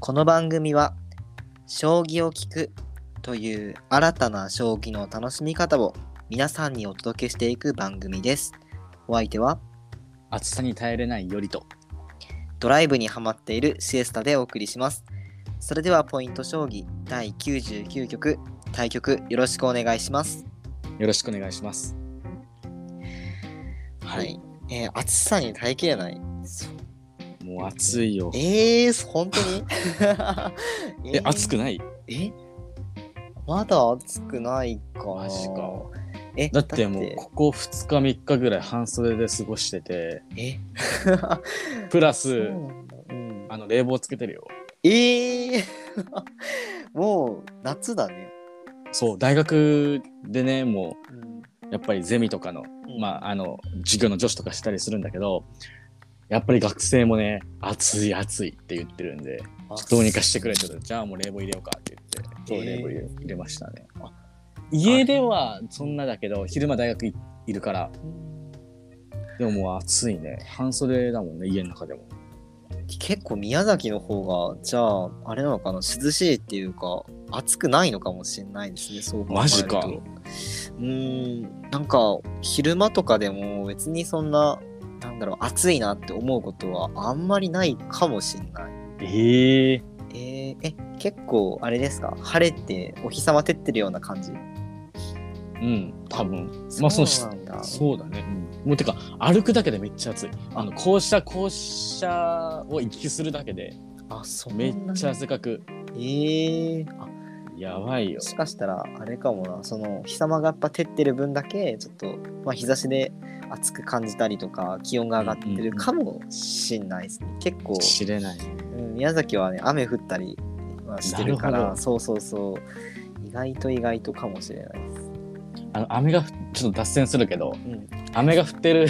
この番組は将棋を聞くという新たな将棋の楽しみ方を皆さんにお届けしていく番組です。お相手は暑さに耐えれないよりと。ドライブにハマっているシエスタでお送りします。それではポイント将棋第99局対局よろしくお願いします。よろしくお願いします。はい。えー、暑さに耐えきれない。もう暑いよ。えー、本当に え、暑くないないえまだ暑くないかな。マジか。え、だってもうここ2日3日ぐらい半袖で過ごしてて、 えプラそうなス、んだうんあの冷房つけてるよ。えー、 もう夏だね。そう、大学でね、もうんうやっぱりゼミとかの、まあ、あの、授業の女子とかしたりするんだけど、やっぱり学生もね、暑い暑いって言ってるんで、あどうにかしてくれって言うとじゃあもう冷房入れようかって言って、そうえー冷房入れ,、入れましたね。家ではそんなだけど、昼間大学いいるから、でももう暑いね。半袖だもんね、家の中でも。結構宮崎の方が、じゃあ、あれなのかな、涼しいっていうか、暑くないのかもしれないですね、そう考えるとマジかうーん、なんか、昼間とかでも別にそんな、なんだろう、暑いなって思うことはあんまりないかもしれない。えええー、え、結構、あれですか、晴れてお日様照ってるような感じ。うん、多分。そまあそうのなんだ。そうだね。もうてか、歩くだけでめっちゃ暑い。あの、校舎、校舎を行き来するだけで、あ、そんなめっちゃえ汗かく。ー、あやばいよ。しかしたらあれかもなその日様がやっぱ照ってる分だけちょっと、まあ、日差しで暑く感じたりとか気温が上がってるかもしんないですね、結構、知れない。うん、宮崎はね雨降ったりはしてるかなるらほどそうそうそう意外と意外とかもしれないです、あの、雨がふ、ちょっと脱線するけど、うん雨が降ってる、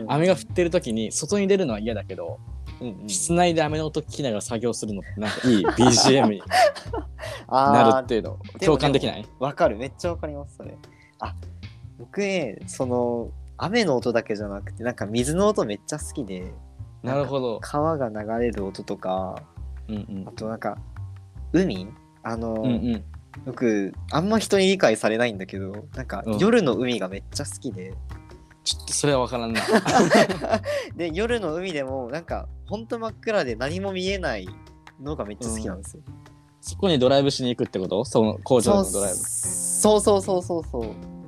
うん雨が降ってる時に、外に出るのは嫌だけど、うんうん、室内で雨の音聞きながら作業するのって、なんかいい BGM になあるーっていうの、でも共感できないわかるめっちゃわかりますそれあ僕ねその雨の音だけじゃなくてなんか水の音めっちゃ好きでなるほど。川が流れる音とかうんうんあ。となんか海あの、うんうん。僕あんま人に理解されないんだけどなんかうん夜の海がめっちゃ好きで、ちょっとそれは 分からんな。で夜の海でもなんかほんと真っ暗で何も見えないのがめっちゃ好きなんですよ、そこにドライブしに行くってことその工そ場うのドライそうそうそうそうそう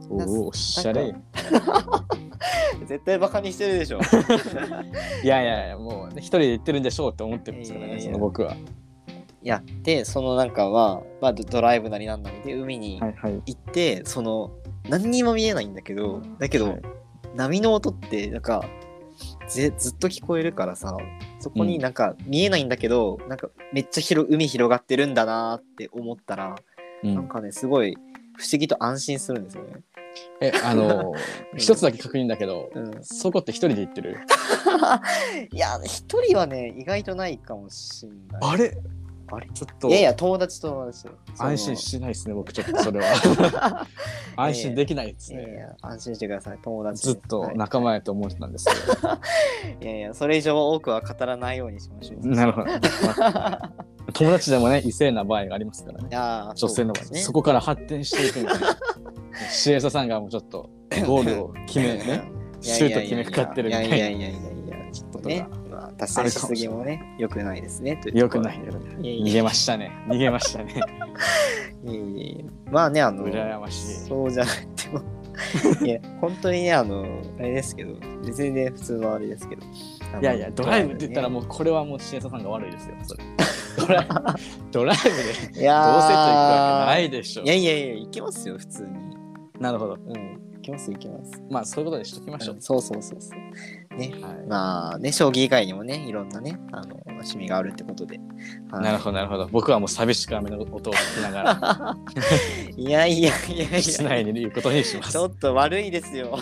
ブ。おお、おしゃれ。絶対バカにしてるで しょいやいやいや、もうね一人で行ってるんでしょうって思ってるんですからいやいね、やいそやの僕は。いやでそのなんかは、まあ、ドドライブなりなんなりで海にいはい。行って、その何にも見えないんだけどだけど、はい波の音ってなんかぜずっと聞こえるからさそこになんか見えないんだけど、なんかめっちゃ広海広がってるんだなーって思ったら、うなんん、かねすごい不思議と安心するんですよね。え、あのーうん一つだけ確認だけど、うん、そこって一人で行ってる いや一人はね意外とないかもしんない。れあれちょっいやいとや友達と友達とその安心しないですね、僕ちょっとそれは。 安心できないですいやいね。や安心してください友達ずっとはい仲間やと思ってたんですけど。いやいやそれ以上多くは語らないようにしましょう。なるほ ど。友達でもね、異性な場合がありますからね。あー女性の場そ合うそ,、ですねこから発展していくみ たいなシエサさんがもうちょっとゴールを決めいやいや ねシュート決めかかってるみたいいやないやいやいやいやいや、ちょっとねね、まあ、達成しすぎもね、良くないですね。というよとこくろないよいやいや逃げました ね逃げましたねいやいやいやまあね、あの、羨ましいそうじゃなくても、いや、本当にね、あの、あれですけど、別にね、普通のあれですけど。あのいやいやドライブって言ったらもうこれはもうシエサさんが悪いですよ それドライブドライブでどうせとう、いや行くーわけないでしょいやいやいや、行きますよ、普通に。なるほどうん、行きます、行きます。まあそういうことにしときましょう、、うんそうそうそうそう。はいまあね、将棋以外にもね、いろんなね、あの、趣味があるってことで。はいなるほどなるほど僕はもう寂しく雨の音を聞き ながら いやいやいやいや。室内にいることにしますちょっと悪いですよ。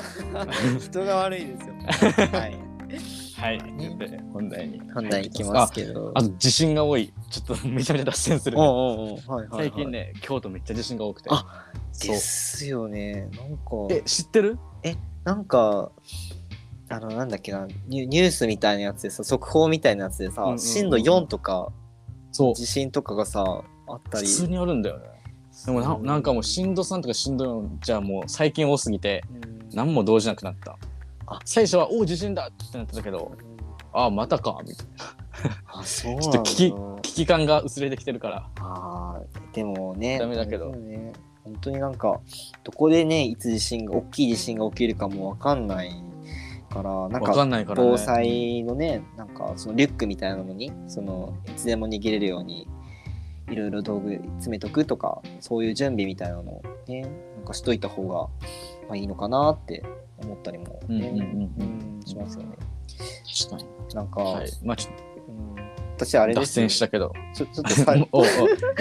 人が悪いです よ。はい。はいということで本題に本題いきますけど。あと地震が多い。ちょっとめちゃめちゃ脱線する。おうおうおうはいはいはい最近ね、京都めっちゃ地震が多くて。あそうで。すよね。なんえ、か、知ってるなんか、あの、なんだっけなニュ、ニュースみたいなやつでさ、速報みたいなやつでさ、うんうんうん震度4とかそう地震とかがさあった普り通にあるんだよねでもななんかもうしんどさんとかしんどいのじゃあもう最近多すぎてうん何も動じなくなったあ最初は「おお地震だ!」ってなってたけど「ああまたか」みたいなあそうなんだちょっと危機危機感が薄れてきてるからあーでもねダメだけど本当にね本当になんかどこでねいつ地震が大きい地震が起きるかもわかんないからなん分かかんないから、ね、防災のねなんかそのリュックみたいなのにそのいつでも逃げれるようにいろいろ道具詰めとくとかそういう準備みたいなのをねなんかしといた方がまあいいのかなって思ったりも、うんうんねうんうんうんしますよね。確かになんか、はいまあちょっうん私あれとで脱すよ線したけどちょちょっと さおうおう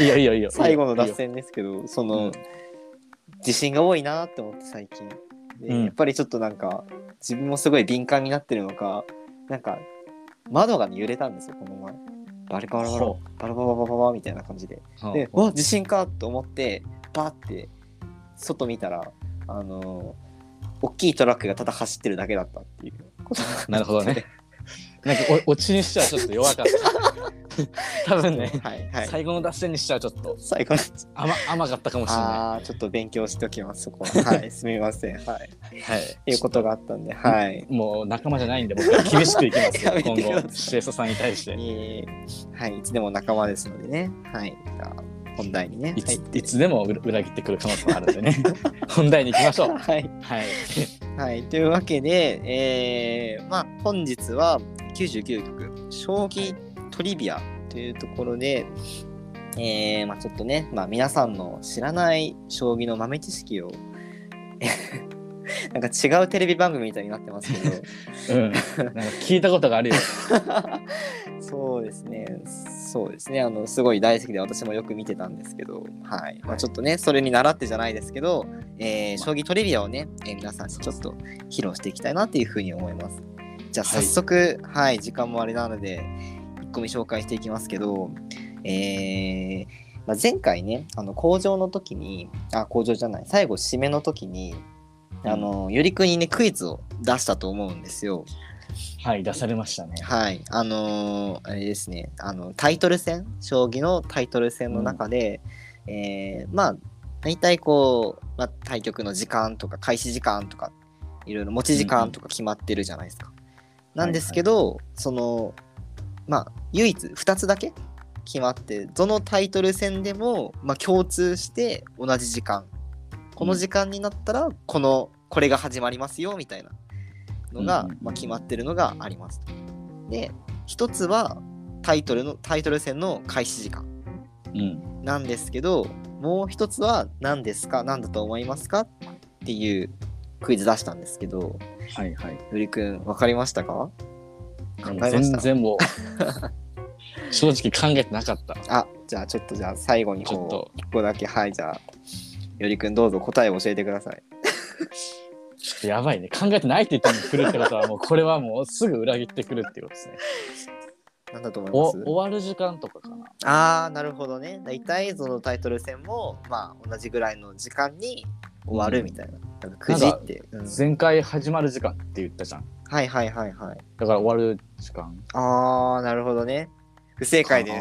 いいよいいよいいよ最後の脱線ですけどその、うん地震が多いなって思って最近で、うんやっぱりちょっとなんか自分もすごい敏感になってるのかなんか窓がね揺れたんですよこの前バリバラバラほバラバラバラバラみたいな感じでうんでわ地震かと思ってバーって外見たらあのー大きいトラックがただ走ってるだけだったっていうことなるほどねなんかお落ちにしてはちょっと弱かっ た多分ねはいはい最後の脱線にしちゃうちょっと最後の甘甘かったかもしれなああーちょっと勉強しておきますそこははいすみませんはいい。はい。いうことがあったんで、はい。もう仲間じゃないんで僕は厳しくいきますよ やめ今てください後シエソさんに対してえーはい、いつでも仲間ですのでね。はい。じゃあ、本題にね。いはいついつでも裏裏切ってくる可能性もあるんで ね本題に行きましょうはい。 はいはい。というわけで、えーまあ、本日は99局、将棋トリビアというところで、えーまあ、ちょっとね、まあ、皆さんの知らない将棋の豆知識を、 なんか違うテレビ番組みたいになってますけど、うんなんか聞いたことがあるよそうですね、そうですね、あのすごい大好きで私もよく見てたんですけど、はいまあ、ちょっとね、それに習ってじゃないですけど、えー将棋トリビアをね、えー皆さんにちょっと披露していきたいなというふうに思います。じゃあは早い速、はい時間もあれなので、1個目紹介していきますけど、えーまあ、前回ね、あの工場の時に、あ、工場じゃない、最後、締めの時に、あのよりくんにね、クイズを出したと思うんですよ。はい出されましたねはい、あのーあれですね、あのタイトル戦、将棋のタイトル戦の中で、えーまあ、大体こう、まあ、対局の時間とか、開始時間とか、いろいろ持ち時間とか決まってるじゃないですか。なんですけど、その、まあ、唯一2つだけ決まって、どのタイトル戦でも、まあ、共通して同じ時間。この時間になったら、この、これが始まりますよ、みたいなのが、うんうんうんまあ、決まってるのがあります。で一つはタイトルのタイトル戦の開始時間うんなんですけどもう一つは何ですか何だと思いますかっていうクイズ出したんですけどはいはいよりくん分かりましたか考えま全した然もう 正直考えてなかったあじゃあちょっとじゃあ最後にちょっことう1個だけはいじゃあよりくんどうぞ答えを教えてくださいちょっとやばいね考えてないって言ってもくるってことはもうこれはもうすぐ裏切ってくるっていうことですね何だと思いおま終すわる時間とかかなああなるほどね大体そのタイトル戦もまあ同じぐらいの時間に終わるみたいな、なんか9時って、うん前回始まる時間って言ったじゃんはいはいはいはいだから終わる時間あー、なるほどね。不正解で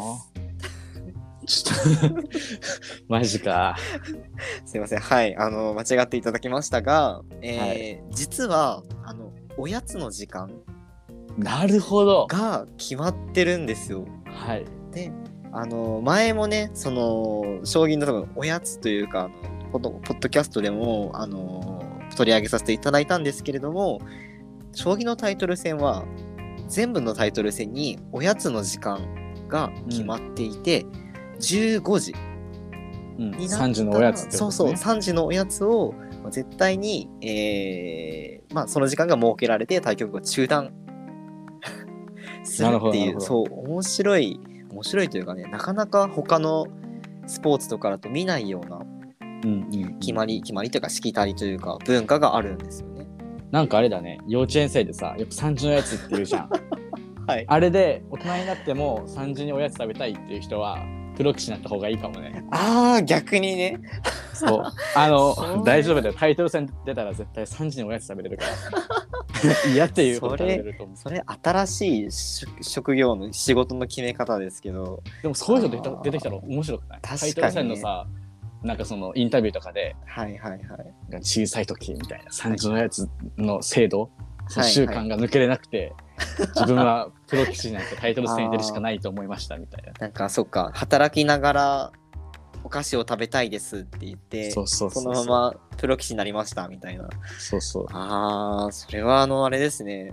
す。ちょっと マジか。す。すいません。はい。あの、間違っていただきましたが、えーは実は、あの、おやつの時間なるほど。が決まってるんですよ。はい。あの、前もね、その、将棋の多分、おやつというか、あのポッドポッドキャストでも、あの、取り上げさせていただいたんですけれども、将棋のタイトル戦は、全部のタイトル戦におやつの時間が決まっていて、15時うん、になったら3時のおやつってこと、そね。うそう3時のおやつをまあ絶対に、えーまあ、その時間が設けられて対局が中断するなるほっどてないるうほどそう面白い面白いというかねなかなか他のスポーツとかだと見ないようなうんうん、決まり決まりというかしきたりというか文化があるんですよね。なんかあれだね、幼稚園生でさ、やっぱ3時のおやつって言うじゃん。 はい、あれで大人になっても3時におやつ食べたいっていう人は、ププロ棋士になった方がいいかもね。ああ、逆にね。そう。あそうねの、大丈夫だよ。タイトル戦出たら絶対3時におやつ食べれるから。 嫌っていうこと食べれると思う。それ、新しい職職業の仕事の決め方ですけど。でもそういう人出あたー出てきたら面白くない確かにタイトル戦のさ、なんかそのインタビューとかで、はいはいはい。小さい時みたいな3時のおやつの制度、その習はいは慣が抜けれな くて、自分はプロ棋士になんてタイトル戦に出るしかないと思いましたみたいな。い、なんか、そっか、働きながらお菓子を食べたいですって言って、そうそうそうそのままプロ棋士になりましたみたいな。そうそう。ああ、それはあの、あれですね。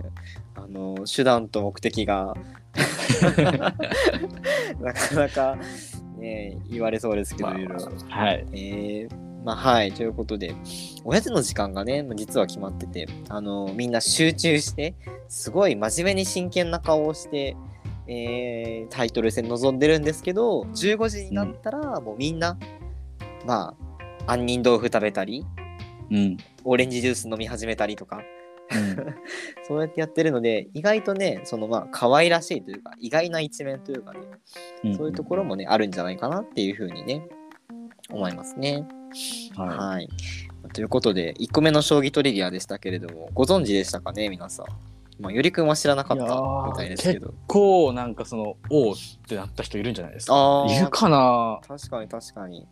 あの、手段と目的 が なかなか、ね、言われそうですけど、まあいろいろ。はい。えーまあはい、ということで、おやつの時間がね、まあ実は決まってて、あの、みんな集中して、すごい真面目に真剣な顔をして、えータイトル戦臨んでるんですけど、15時になったら、もうみんな、まあ、杏仁豆腐食べたり、うん。オレンジジュース飲み始めたりとか、そうやってやってるので、意外とね、そのまあ、可愛らしいというか、意外な一面というかね、うん そういうところもね、あるんじゃないかなっていうふうにね、思いますね。ははい。ということで、1個目の将棋トリビアでしたけれども、ご存知でしたかね、皆さん。まあ、よりくんは知らなかっいやたーみたいですけど。い。こう、なんかその、王ってなった人いるんじゃないですか。あいるあ、かな確かに確かに。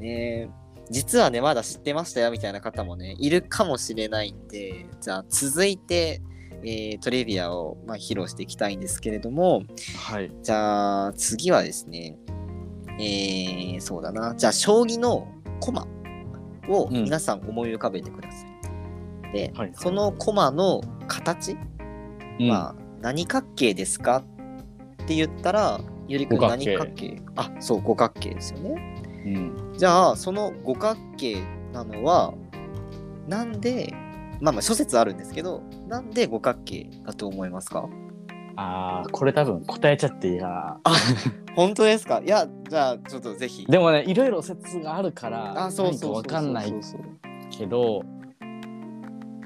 ねー実はね、まだ知ってましたよみたいな方もね、いるかもしれないんで、じゃあ続いて、えートリビアを、まあ、披露していきたいんですけれども、はい。じゃあ次はですね、えー、そうだな。じゃあ将棋の駒をうん皆さん思い浮かべてください。で、はいその駒の形まあ、は何角形ですかって言ったら、ゆりくん五角何形角形あ、そう、五角形ですよね。うん。じゃあその五角形なのは、なんで、まあまあ諸説あるんですけど、なんで五角形だと思いますかああ、これ多分答えちゃっていいかな。本当ですかいや、じゃあちょっとぜひ。でもね、いろいろ説があるから、あ、そうそうそうそうわかんないそうそうけど、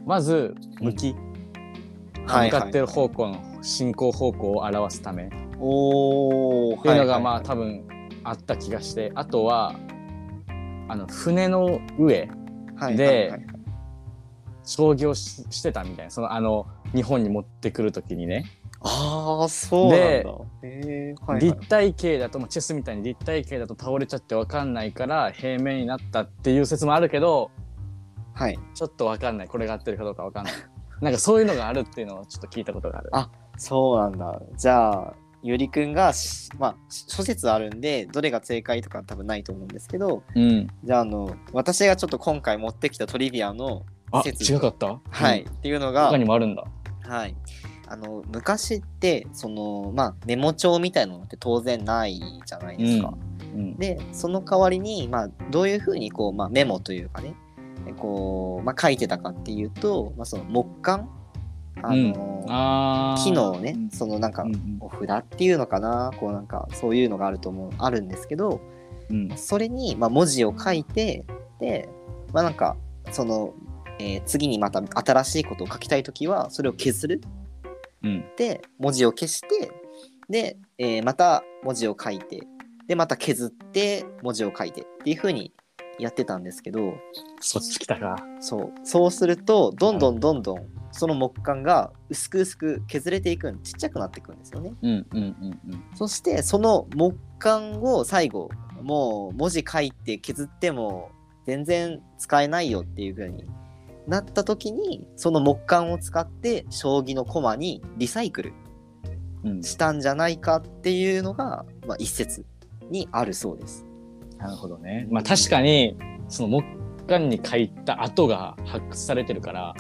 まず、向き、はい向かってる方向の進行方向を表すためっおーていうのが、まあはい多分あった気がして、あとは、あの、船の上、はいはいではいはいはい将棋をししてたみたいな、その、あの、日本に持ってくるときにね、ああそうなんだでへーはいはい立体形だと、まあチェスみたいに立体形だと倒れちゃってわかんないから、平面になったっていう説もあるけど、はいちょっとわかんない。これが合ってるかどうかわか んない。なんかそういうのがあるっていうのをちょっと聞いたことがある。あそうなんだじゃあゆりくんがしまあし諸説あるんでどれが正解とか多分ないと思うんですけどうん。じゃああの私がちょっと今回持ってきたトリビアのあ、説違かったはい、うんっていうのが他にもあるんだ。はい、あの昔ってそのまあメモ帳みたいなのって当然ないじゃないですか。うん。でその代わりに、まあ、どういうふうにこう、まあ、メモというかねこう、まあ、書いてたかっていうと、まあ、その木簡あの、ああ。木のねうんそのなんかうんお札っていうのかなこうなんかそういうのがあると思うあるんですけどうん。それに、まあ、文字を書いてで、まあ、なんかその、えー次にまた新しいことを書きたい時はそれを削るうん。で文字を消してで、えーまた文字を書いてでまた削って文字を書いてっていう風にやってたんですけどそっち来たか。そうそうするとどんどんどんどんその木簡が薄く薄く削れていくんちっちゃくなっていくんですよね。うんうんうんうん。そしてその木簡を最後もう文字書いて削っても全然使えないよっていう風になった時にその木簡を使って将棋の駒にリサイクルうん、したんじゃないかっていうのが、まあ、一説にあるそうです。なるほどね。まあ確かに、その木簡に書いた跡が発掘されてるから、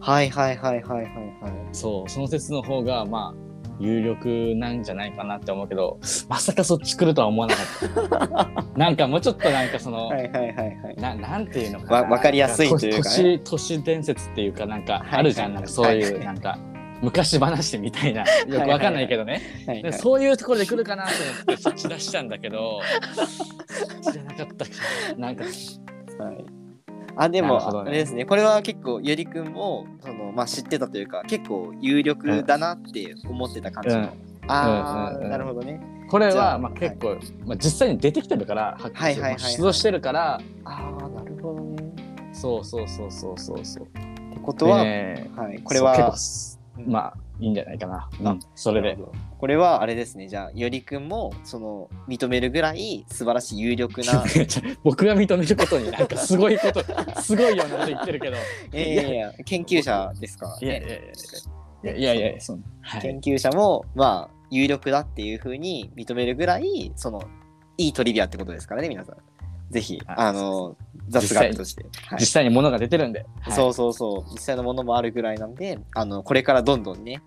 はいはいはいはいはいはい。そう、その説の方が、まあ、有力なんじゃないかなって思うけど、まさかそっち来るとは思わな かった。なんかもうちょっとなんかその、はいはいはいはい。ななんていうのかわなわかりやすいというかね都市都市伝説っていうかなんかあるじゃん,、はいはいはいなんかそういはういなんか昔話みたいなよくわかんないけどね、はいでそういうところで来るかなと思ってそっち出したんだけどそっちじゃなかったかなんかはいあでなもるほどねあれですねこれは結構ゆりくんもその、まあ、知ってたというか結構有力だなって思ってた感じのああ、うんうんうんなるほどね。これじゃはあまあ結構、まあ、実際に出てきてるから発はいはいはいはい出動してるからああ、なるほどね。そうそうそうそうそうそうってことは、ねはい、これは、そう結うん構まあいいんじゃないかな、うんうんそれなるでほどこれはあれですねじゃあよりくんもその認めるぐらい素晴らしい有力な 僕が認めることになんかすごいこと すごいようなこと言ってるけどいやいやいや研究者ですから、いやいやいやいやいやいやそんなはい研究者もまあ有力だっていうふうに認めるぐらいそのいいトリビアってことですからね皆さんぜひはいあの雑学として、はい実際にものが出てるんで、そうそうそう実際のものもあるぐらいなんであのこれからどんどんね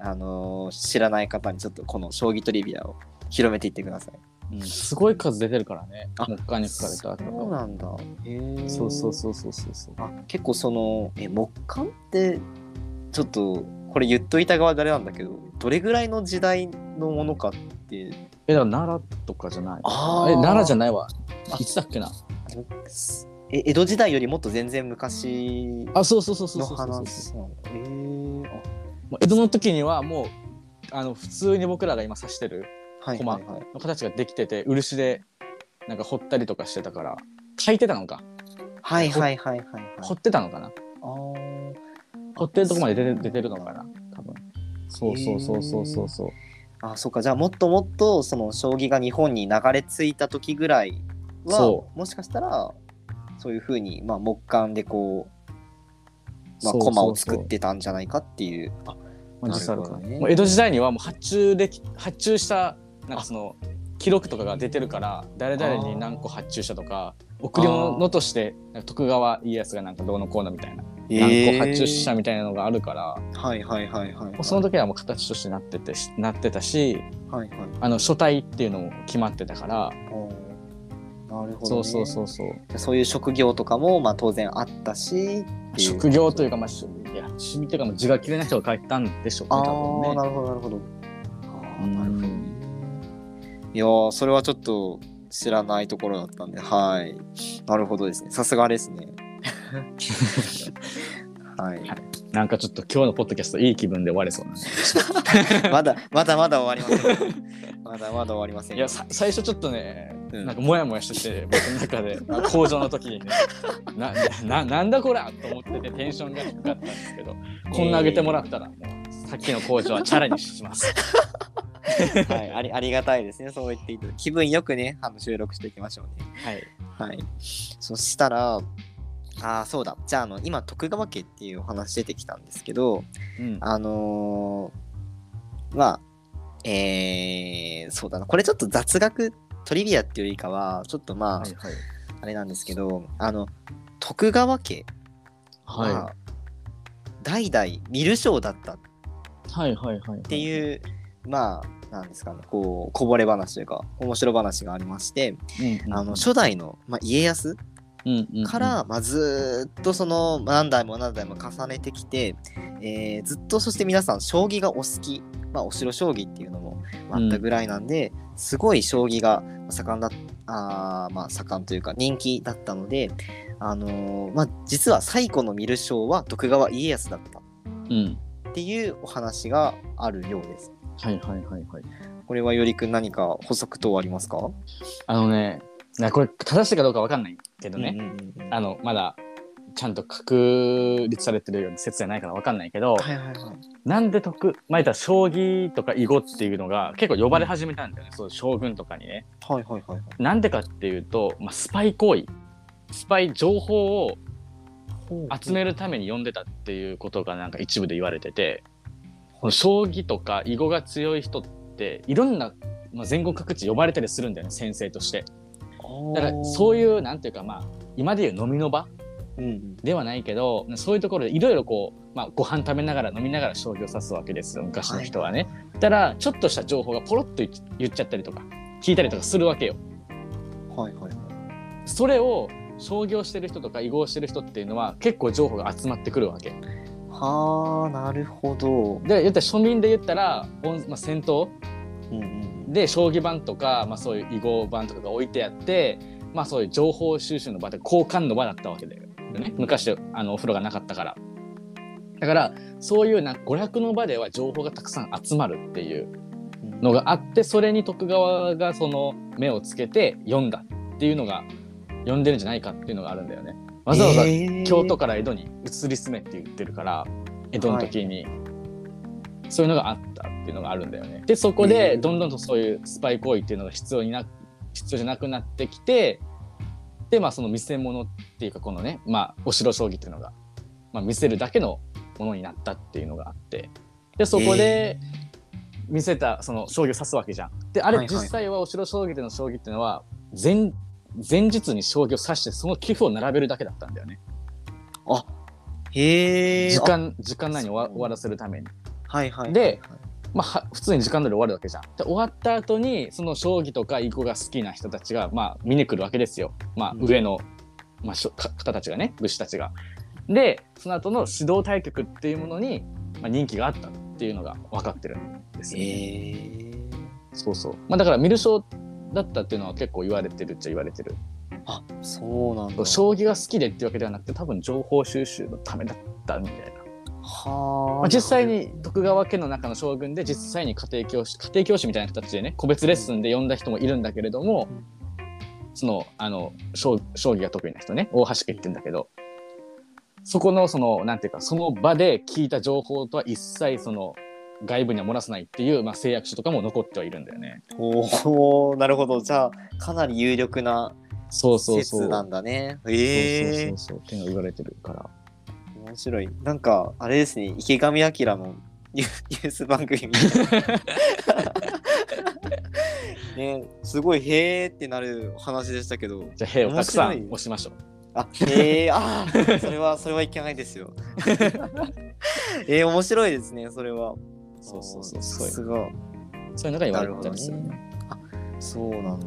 あの知らない方にちょっとこの将棋トリビアを広めていってください。うんすごい数出てるからねあ目下に吹かれたそうなんだ。へーそうそうそうそうそうそうあ結構そのえ木簡ってちょっとこれ言っといた側であれなんだけどどれぐらいの時代のものかってえだから奈良とかじゃないあーえ奈良じゃないわあいつだっけなえ江戸時代よりもっと全然昔あそうそうそうそうのそうそうそ話なんだ。えー、うもう江戸の時にはもうあの普通に僕らが今指してるあはいはいはい。の形ができてて漆でなんか彫ったりとかしてたから書いてたのかはいはいはいはい、はい。彫ってたのかなあー彫ってるとこまで出て出てるのかな多分そうそうそうそうそうそうあそうかじゃあもっともっとその将棋が日本に流れ着いた時ぐらいはそもしかしたらそういうふうに、まあ、木簡でこうまあ、そうそうそうコマを作ってたんじゃないかっていう。あまあ、実際なるほどねもう江戸時代にはもう発注でき発注したなんかその記録とかが出てるから誰々に何個発注したとか贈り物としてなんか徳川家康がなんかどうのこうのみたいな、何個発注したみたいなのがあるからもはいはいはいはい、うその時はもう形としてなっててしなってたしはいはい。あの書体っていうのも決まってたから、おーなるほど、ね。そうそうそうそうじゃあそういう職業とかもまあ当然あったし。っていう職業というかまあ趣味いや趣味というかもう字が綺麗な人が書いてたんでしょうねあ多あ、分ねなるほどなるほど。あーうんなるほどね。いやーそれはちょっと知らないところだったんで、はい。なるほどですね。さすがです ね。はい。なんかちょっと今日のポッドキャストいい気分で終われそうなんでまだまだまだ終わりません。まだまだ終わりませんいよ。やさ最初ちょっとね、うんなんかモヤモヤして て僕の中で工場の時にねなななんだこらと思っててテンションが低かったんですけどこんな上げてもらったらもうさっきの工場はチャラにします。はい、ありありがたいですね。そう言っていただいて気分よくね、あの収録していきましょうね。はい、はい。そしたら、ああ、そうだ。じゃあ、あの、今、徳川家っていうお話出てきたんですけど、うん、あのーまあ、えー、そうだな。これちょっと雑学、トリビアっていうよりかは、ちょっとまあ、はいはいあれなんですけど、あの、徳川家はいは、代々見る将だったっはいはいはいてう、いう、まあ、なんですかね、こう、こぼれ話というか、面白話がありまして、うんうん、あの、初代の、まあ、家康うんうんうんから、まあ、ずーっとそのまあ何代も何代も重ねてきて、えーずっとそして皆さん将棋がお好き、まあ、お城将棋っていうのもまああったぐらいなんで、すごい将棋が盛んだあーまあ盛んというか人気だったので、あのーまあ、実は最古の見る将は徳川家康だったうん、っていうお話があるようです。はいはいはいはいこれはよりくん何か補足等ありますか、あのねなこれ正しいかどうかわかんないけどね、うんうんうんあのまだちゃんと確立されてるような説じゃないからわかんないけど、はいはいはい。なんで得まあ言ったら将棋とか囲碁っていうのが結構呼ばれ始めたんだよね、そう将軍とかにね。はいはいはいはい。なんでかっていうと、まあ、スパイ行為スパイ情報を集めるために呼んでたっていうことがなんか一部で言われててこの将棋とか囲碁が強い人っていろんな、まあ、全国各地呼ばれたりするんだよね先生として。だからそういいうなんていうかまあ今でいう飲みの場うん、うんではないけどそういうところでいろいろこう、まあ、ご飯食べながら飲みながら将棋を指すわけですよ昔の人はね。たらちょっとした情報がポロッと言っ言っちゃったりとか聞いたりとかするわけよ。はいはいはい。それを商業してる人とか移合してる人っていうのは結構情報が集まってくるわけ。はあなるほど。で言ったら庶民で言ったら、おんまあ、戦闘うんうんで将棋盤とか、まあ、そういう囲碁盤とかが置いてあって、まあ、そういう情報収集の場で交換の場だったわけだよね昔あのお風呂がなかったからだからそういうな娯楽の場では情報がたくさん集まるっていううんのがあってそれに徳川がその目をつけて読んだっていうのが読んでるんじゃないかっていうのがあるんだよね。わざわざ京都から江戸に移り住めって言ってるから江戸の時に、そういうのがあったっていうのがあるんだよね。でそこえでーどんどんとそういうスパイ行為っていうのが必要にな必要じゃなくなってきてでまあその見せ物っていうかこのね、まあ、お城将棋っていうのが、まあ、見せるだけのものになったっていうのがあってでそこで見せたその将棋を指すわけじゃん。であはれいはい実際はお城将棋での将棋っていうのは前前日に将棋を指してその棋譜を並べるだけだったんだよね。へえ時間時間内に終わそう終わらせるために。はいはいはいはいでまあ、は普通に時間通り終わるわけじゃん。で終わった後にその将棋とか囲碁が好きな人たちが、まあ、見に来るわけですよ、まあ、うん上の、まあ、しょか方たちがね武士たちが。でその後の指導対局っていうものに、まあ、人気があったっていうのが分かってるんですよ、へえそうそうまあ、だから見る将だったっていうのは結構言われてるっちゃ言われてる。あそうなんだ将棋が好きでっていうわけではなくて多分情報収集のためだったみたいな。はまあ、あ実際に徳川家の中の将軍で実際に家庭教師家庭教師みたいな形でね個別レッスンで呼んだ人もいるんだけれどもうんそのあの将将棋が得意な人ね大橋家って言うんだけどそこのそのなんていうかその場で聞いた情報とは一切その外部には漏らさないっていう、まあ、誓約書とかも残ってはいるんだよね。おおなるほどじゃあかなり有力なそうそうそう。説なんだねそうへそえうそうそう。っていうのが言われてるから。面白いなんかあれですね池上彰のニュニュース番組みたい なねすごいへーってなるお話でしたけどじゃあ、兵をたくさん面白い押しましょう。あへえあーそれはそれはいけないです よえー、面白いですねそれはそうそうそあう。ーそういうすごいそういうのが言わなれるほたどりする。ねあそうなんだ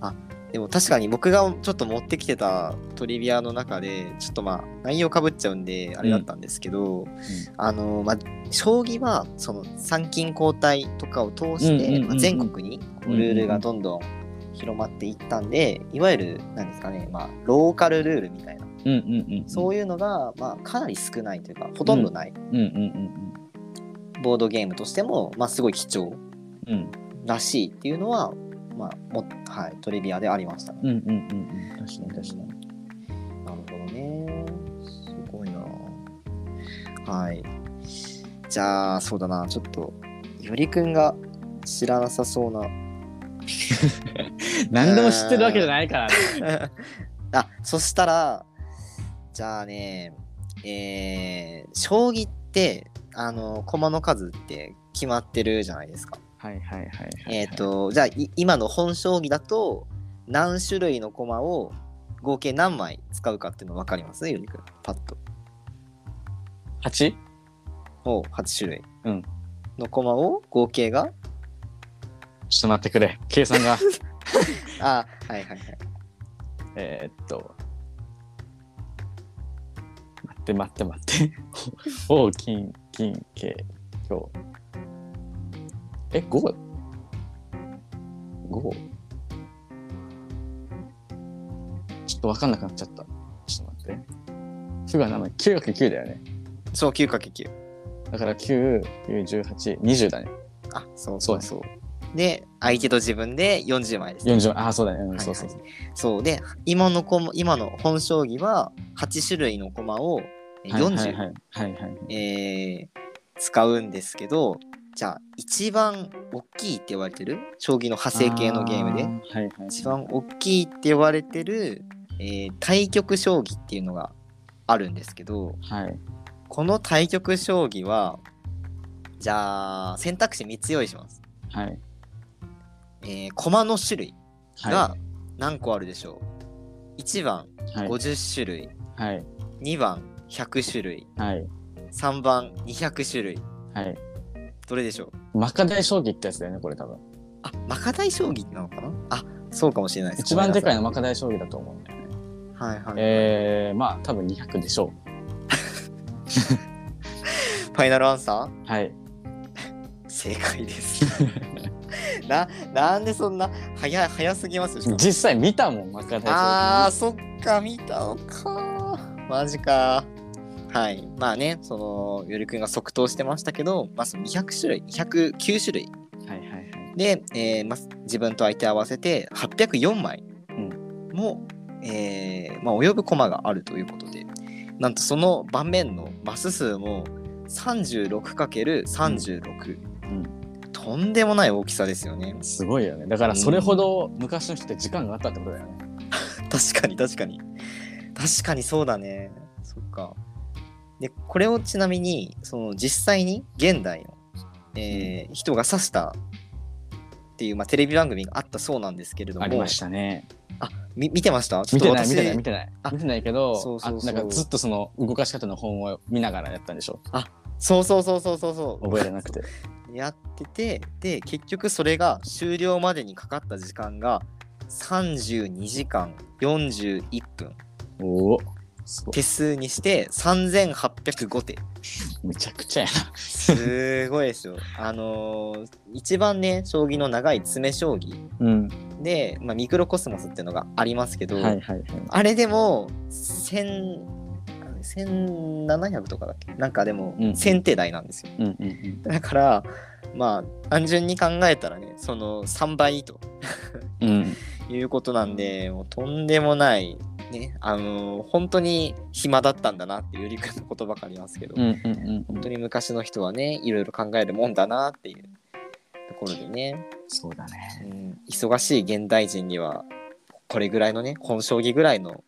あでも確かに僕がちょっと持ってきてたトリビアの中でちょっとまあ内容かぶっちゃうんであれだったんですけど、あのまあ将棋はその参勤交代とかを通しうんうんうんてうんまあ全国にこうルールがどんどん広まっていったんでいわゆる何ですかねまあローカルルールみたいなうんうんうん。そういうのがまあかなり少ないというかほとんどないうんうんボードゲームとしてもまあすごい貴重うんうんらしいっていうのは、まあもはい、トレビアでありましたね。うんうんうんうん確かに確かになるほどね。すごいな。はい。じゃあ、そうだな、ちょっと、よりくんが知らなさそうな。何でも知ってるわけじゃないからねあそしたら、じゃあね、えー将棋って、あの、駒の数って決まってるじゃないですか。はいはいはいはいはいえっ、と、じゃあ、い今の本将棋だと、何種類の駒を合計何枚使うかっていうの分かりますユニくん。パッと。 8? おう8種類。うんの駒を合計がちょっと待ってくれ計算 があ、はいはいはい。えーっと待って待って待って お金金桂今日え五 ?5? ちょっと分かんなくなっちゃったちょっと待ってすぐは名前 9×9 だよねそう、9×9。だから9、9、18、20だね。あ、そうそうそうだそう。で、相手と自分で40枚ですね。 40、ああ、そうだね。うん、はいそうそうそう。そうで、今の駒今の本将棋は8種類の駒をえはいはい40、はいはいはい。えー使うんですけど、じゃあ、一番大きいって言われてる将棋の派生系のゲームであ。はいはい。一番大きいって言われてる、えー対局将棋っていうのがあるんですけどはい。この対局将棋はじゃあ選択肢3つ用意します、はい。えー駒の種類はい。が何個あるでしょう、1番はい。 50種類はい。 2番100種類はい。 3番200種類はい。どれでしょうマカダイ将棋ってやつだよね、これ多分。あマカダイ将棋なのかなあそうかもしれないです一番でかいのごはめんマカダイ将棋だと思うんだよね。なさいはいはい、えー、まあ多分200でしょファイナルアンサーう。はい。正解です。 な、なんでそんな早早すぎますよしかも。実際見たもん、マカダイ将棋。ああ、そっか見たのか。マジか。はい。まあね、そのよりくんが即答してましたけど、まあその200種類、209種類はいはいで、えーまあ、自分と相手合わせて804枚も、えーまあ、及ぶ駒があるということでなんとその盤面のマス数も 36×36、とんでもない大きさですよねすごいよねだからそれほど昔の人って時間があったってことだよね、確かに確かに確かにそうだねそっかでこれをちなみにその実際に現代の、えー人が指したっていう、まあ、テレビ番組があったそうなんですけれどもありましたねみ見てましたちょ見っとてない私見てない見てないあ見てないけどそうそうそうあなんかずっとその動かし方の本を見ながらやったんでしょそうそうそうそうそうそう覚えれなくてやっててで結局それが終了までにかかった時間が32時間41分おおすごい手数にして3805手めちゃくちゃやすごいですよ あのー一番ね将棋の長い詰将棋なうんで、まあ、ミクロコスモスっていうのがありますけど、はいはいはいあれでも1000 1700とかだっけなんかでもうん1000手台なんですよ、うんうんうんだからまあ単純に考えたらねその3倍とうんいうことなんで、もうとんでもない、ね、あのー本当に暇だったんだなっていう理解のことばかりますけど、うんうんう本ん当に昔の人はね、いろいろ考えるもんだなっていうところでね、そうだねうん、忙しい現代人には、これぐらいのね、本将棋ぐらいの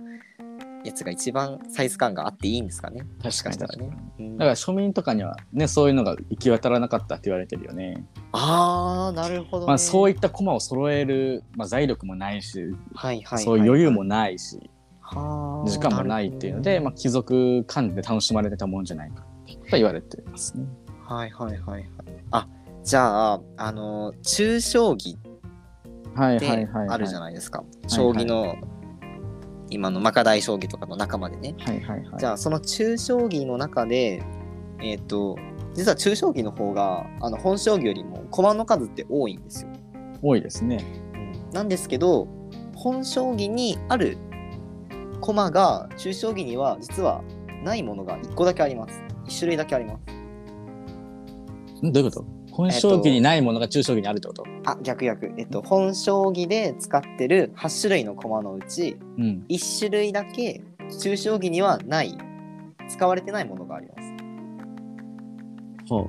やつが一番サイズ感があっていいんですかね。確かにだだかからね。うんら庶民とかにはねそういうのが行き渡らなかったって言われてるよねああ、なるほど、ね。まあそういいった駒を揃える、まあ、財力もないしはいはいはいそういう余裕もないしはー時間もないっていうので、なるまあ、貴族間で楽しまれてたもんじゃないかと言われてますね。ほどはいはいはいはい。あじゃあ、あのー中将棋はっいはいてはい。あるじゃない。ないですかい将棋の今のマカダイ将棋とかの仲間でねはいはいはい。じゃあその中将棋の中でえっ、と実は中将棋の方があの本将棋よりも駒の数って多いんですよ、多いですね。なんですけど本将棋にある駒が中将棋には実はないものが1個だけあります1種類だけありますんどういうこと本将棋にないものが中将棋にあるってこと、あ逆逆えっと本将棋で使ってる8種類の駒のうちうん。一種類だけ中将棋にはない使われてないものがあります。ほ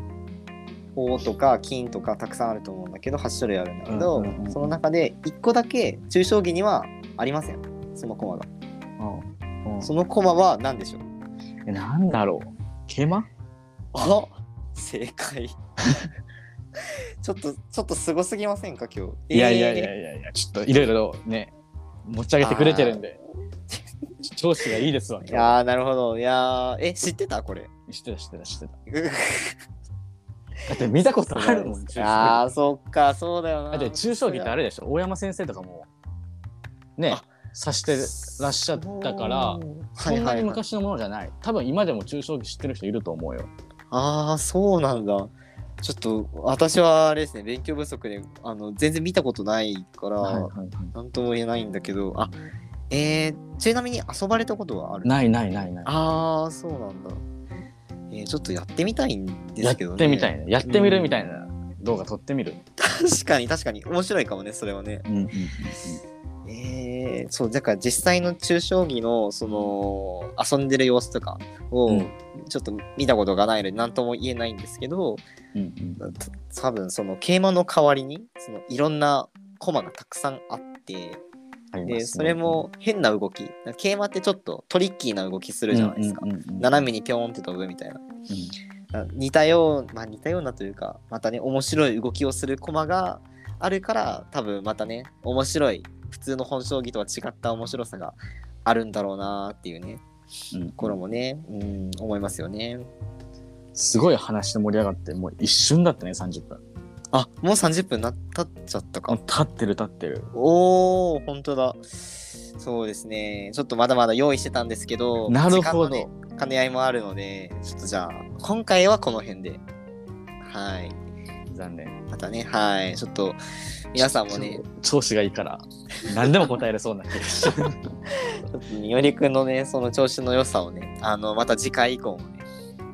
法とか金とかたくさんあると思うんだけど8種類あるんだけど、うんうんうんその中で1個だけ中将棋にはありませんその駒が。う。ああその駒は何でしょうえ、なんだろう。桂馬あ正解 ちょっとちょっとすごすぎませんか今日。いやいやいえやいやいや、ちょっといろいろね、持ち上げてくれてるんで。調子がいいですわ。ーいやーなるほど。いやーえ知ってたこれ。知ってた知ってた知ってた。だって見たことあるもん、中将棋ああそっかそうだよだな。って中将棋ってあれでしょ大山先生とかもねあ指してらっしゃったからはそいんはないはにい、昔のものじゃない,、多分今でも中将棋知ってる人いると思うよああそうなんだちょっと私はあれですね勉強不足であの全然見たことないから、なんとも言えないんだけどあえー、ちなみに遊ばれたことはあるないないないないああそうなんだ、えー、ちょっとやってみたいんでやすっけどねてみたいねやってみるみたいな動画撮ってみる、確かに確かに面白いかもねそれはねうんうんうんえー、そうだから実際の中将棋のその遊んでる様子とかをうんちょっと見たことがないので何とも言えないんですけど、うんうん多分その桂馬の代わりにそのいろんな駒がたくさんあってありますねでそれも変な動き桂馬ってちょっとトリッキーな動きするじゃないですか、うんうんうんうん斜めにピョーンって飛ぶみたいなあ似たようまあ似たようなというかまたね面白い動きをする駒があるから多分またね面白い普通の本将棋とは違った面白さがあるんだろうなっていうねうんうんところもねうん思いますよねすごい話で盛り上がってもう一瞬だったね30分あもう30分な経っちゃったかあ立ってる立ってるおー、本当だ。そうですね。ちょっとまだまだ用意してたんですけど、なるほど時間のね兼ね合いもあるので、ちょっとじゃあ、今回はこの辺で。はい。残念またね、はい。ちょっと、皆さんもね、調子がいいから何でも答えれそうな気がしるちょっとみよりくんのね、その調子の良さをね、あの、また次回以降もね、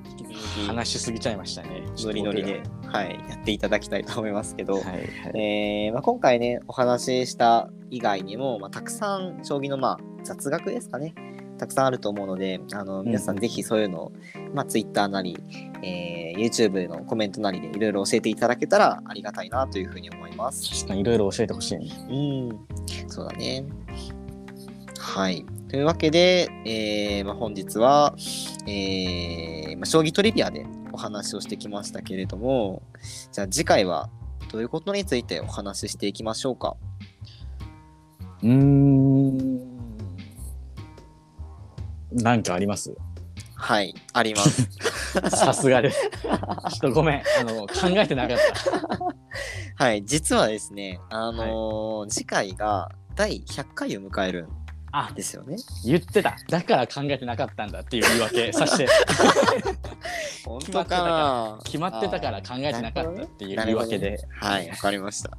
引き続き話しすぎちゃいました ね。ノリノリで、はい、やっていただきたいと思いますけど、はいはいえーまあ、今回ねお話しした以外にも、まあ、たくさん将棋の、まあ、雑学ですかねたくさんあると思うのであのん皆さんぜひそういうのを、まあ、Twitter なり、えー YouTube のコメントなりでいろいろ教えていただけたらありがたいなというふうに思います。確かにいろいろ教えてほしいね。うんそうだねはいというわけで、えーまあ、本日は、えーまあ、将棋トリビアでお話をしてきましたけれどもじゃあ次回はどういうことについてお話ししていきましょうかうーん。なんかあります。はい、あり ます。さすが です。ちょっとごめん、あの考えてなかった。はい、実はですね、あのー次回が第100回を迎えるんあ、ですよね。言ってた。だから考えてなかったんだっていう言い訳さして、本当かな決まってたから考えてなかったっていう言い訳で。はい、わかりました。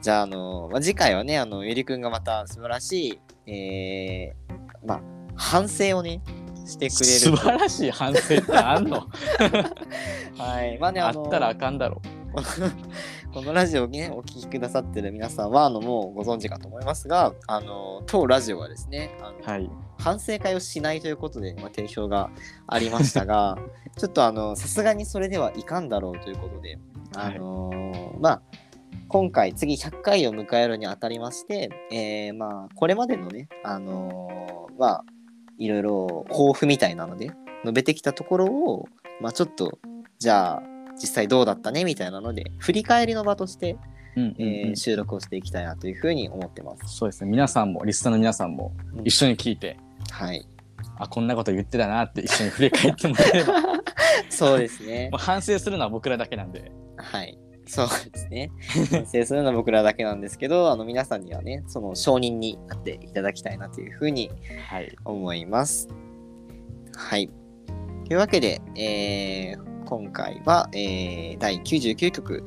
じゃあ、あのーまあ、次回はね、あのゆりくんがまた素晴らしい、えーまあ、反省をね、してくれ 素る。晴らしい反省ってあんの はい、まあね、ああのーったらあかんだろこの このラジオをねお聞きくださってる皆さんはあのもうご存知かと思いますがあの当ラジオはですねあの、はい反省会をしないということで、まあ、提唱がありました がちょっとあのさすがにそれではいかんだろうということで、あのーまあ今回次100回を迎えるにあたりまして、えーまあこれまでのねあのーまあいろいろ抱負みたいなので述べてきたところをまあちょっとじゃあ実際どうだったねみたいなので振り返りの場として、うんうんえーうん収録をしていきたいなというふうに思ってます。そうですね皆さんもリスナーの皆さんもうん一緒に聞いて、はい、 あこんなこと言ってたなって一緒に振り返ってもらえ ればまそうですねあ。反省するのは僕らだけなんではい。そうですね。反省するのは僕らだけなんですけど、あの皆さんにはね、その承認になっていただきたいなというふうにはい思います。はい。というわけで、えー今回は、えー第99局、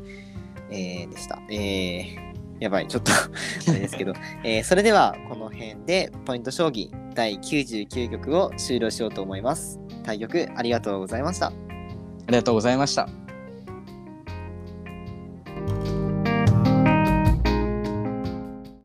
えーでした。えーやばい、ちょっと あれですけど、えーそれではこの辺でポイント将棋第99局を終了しようと思います。対局ありがとうございました。ありがとうございました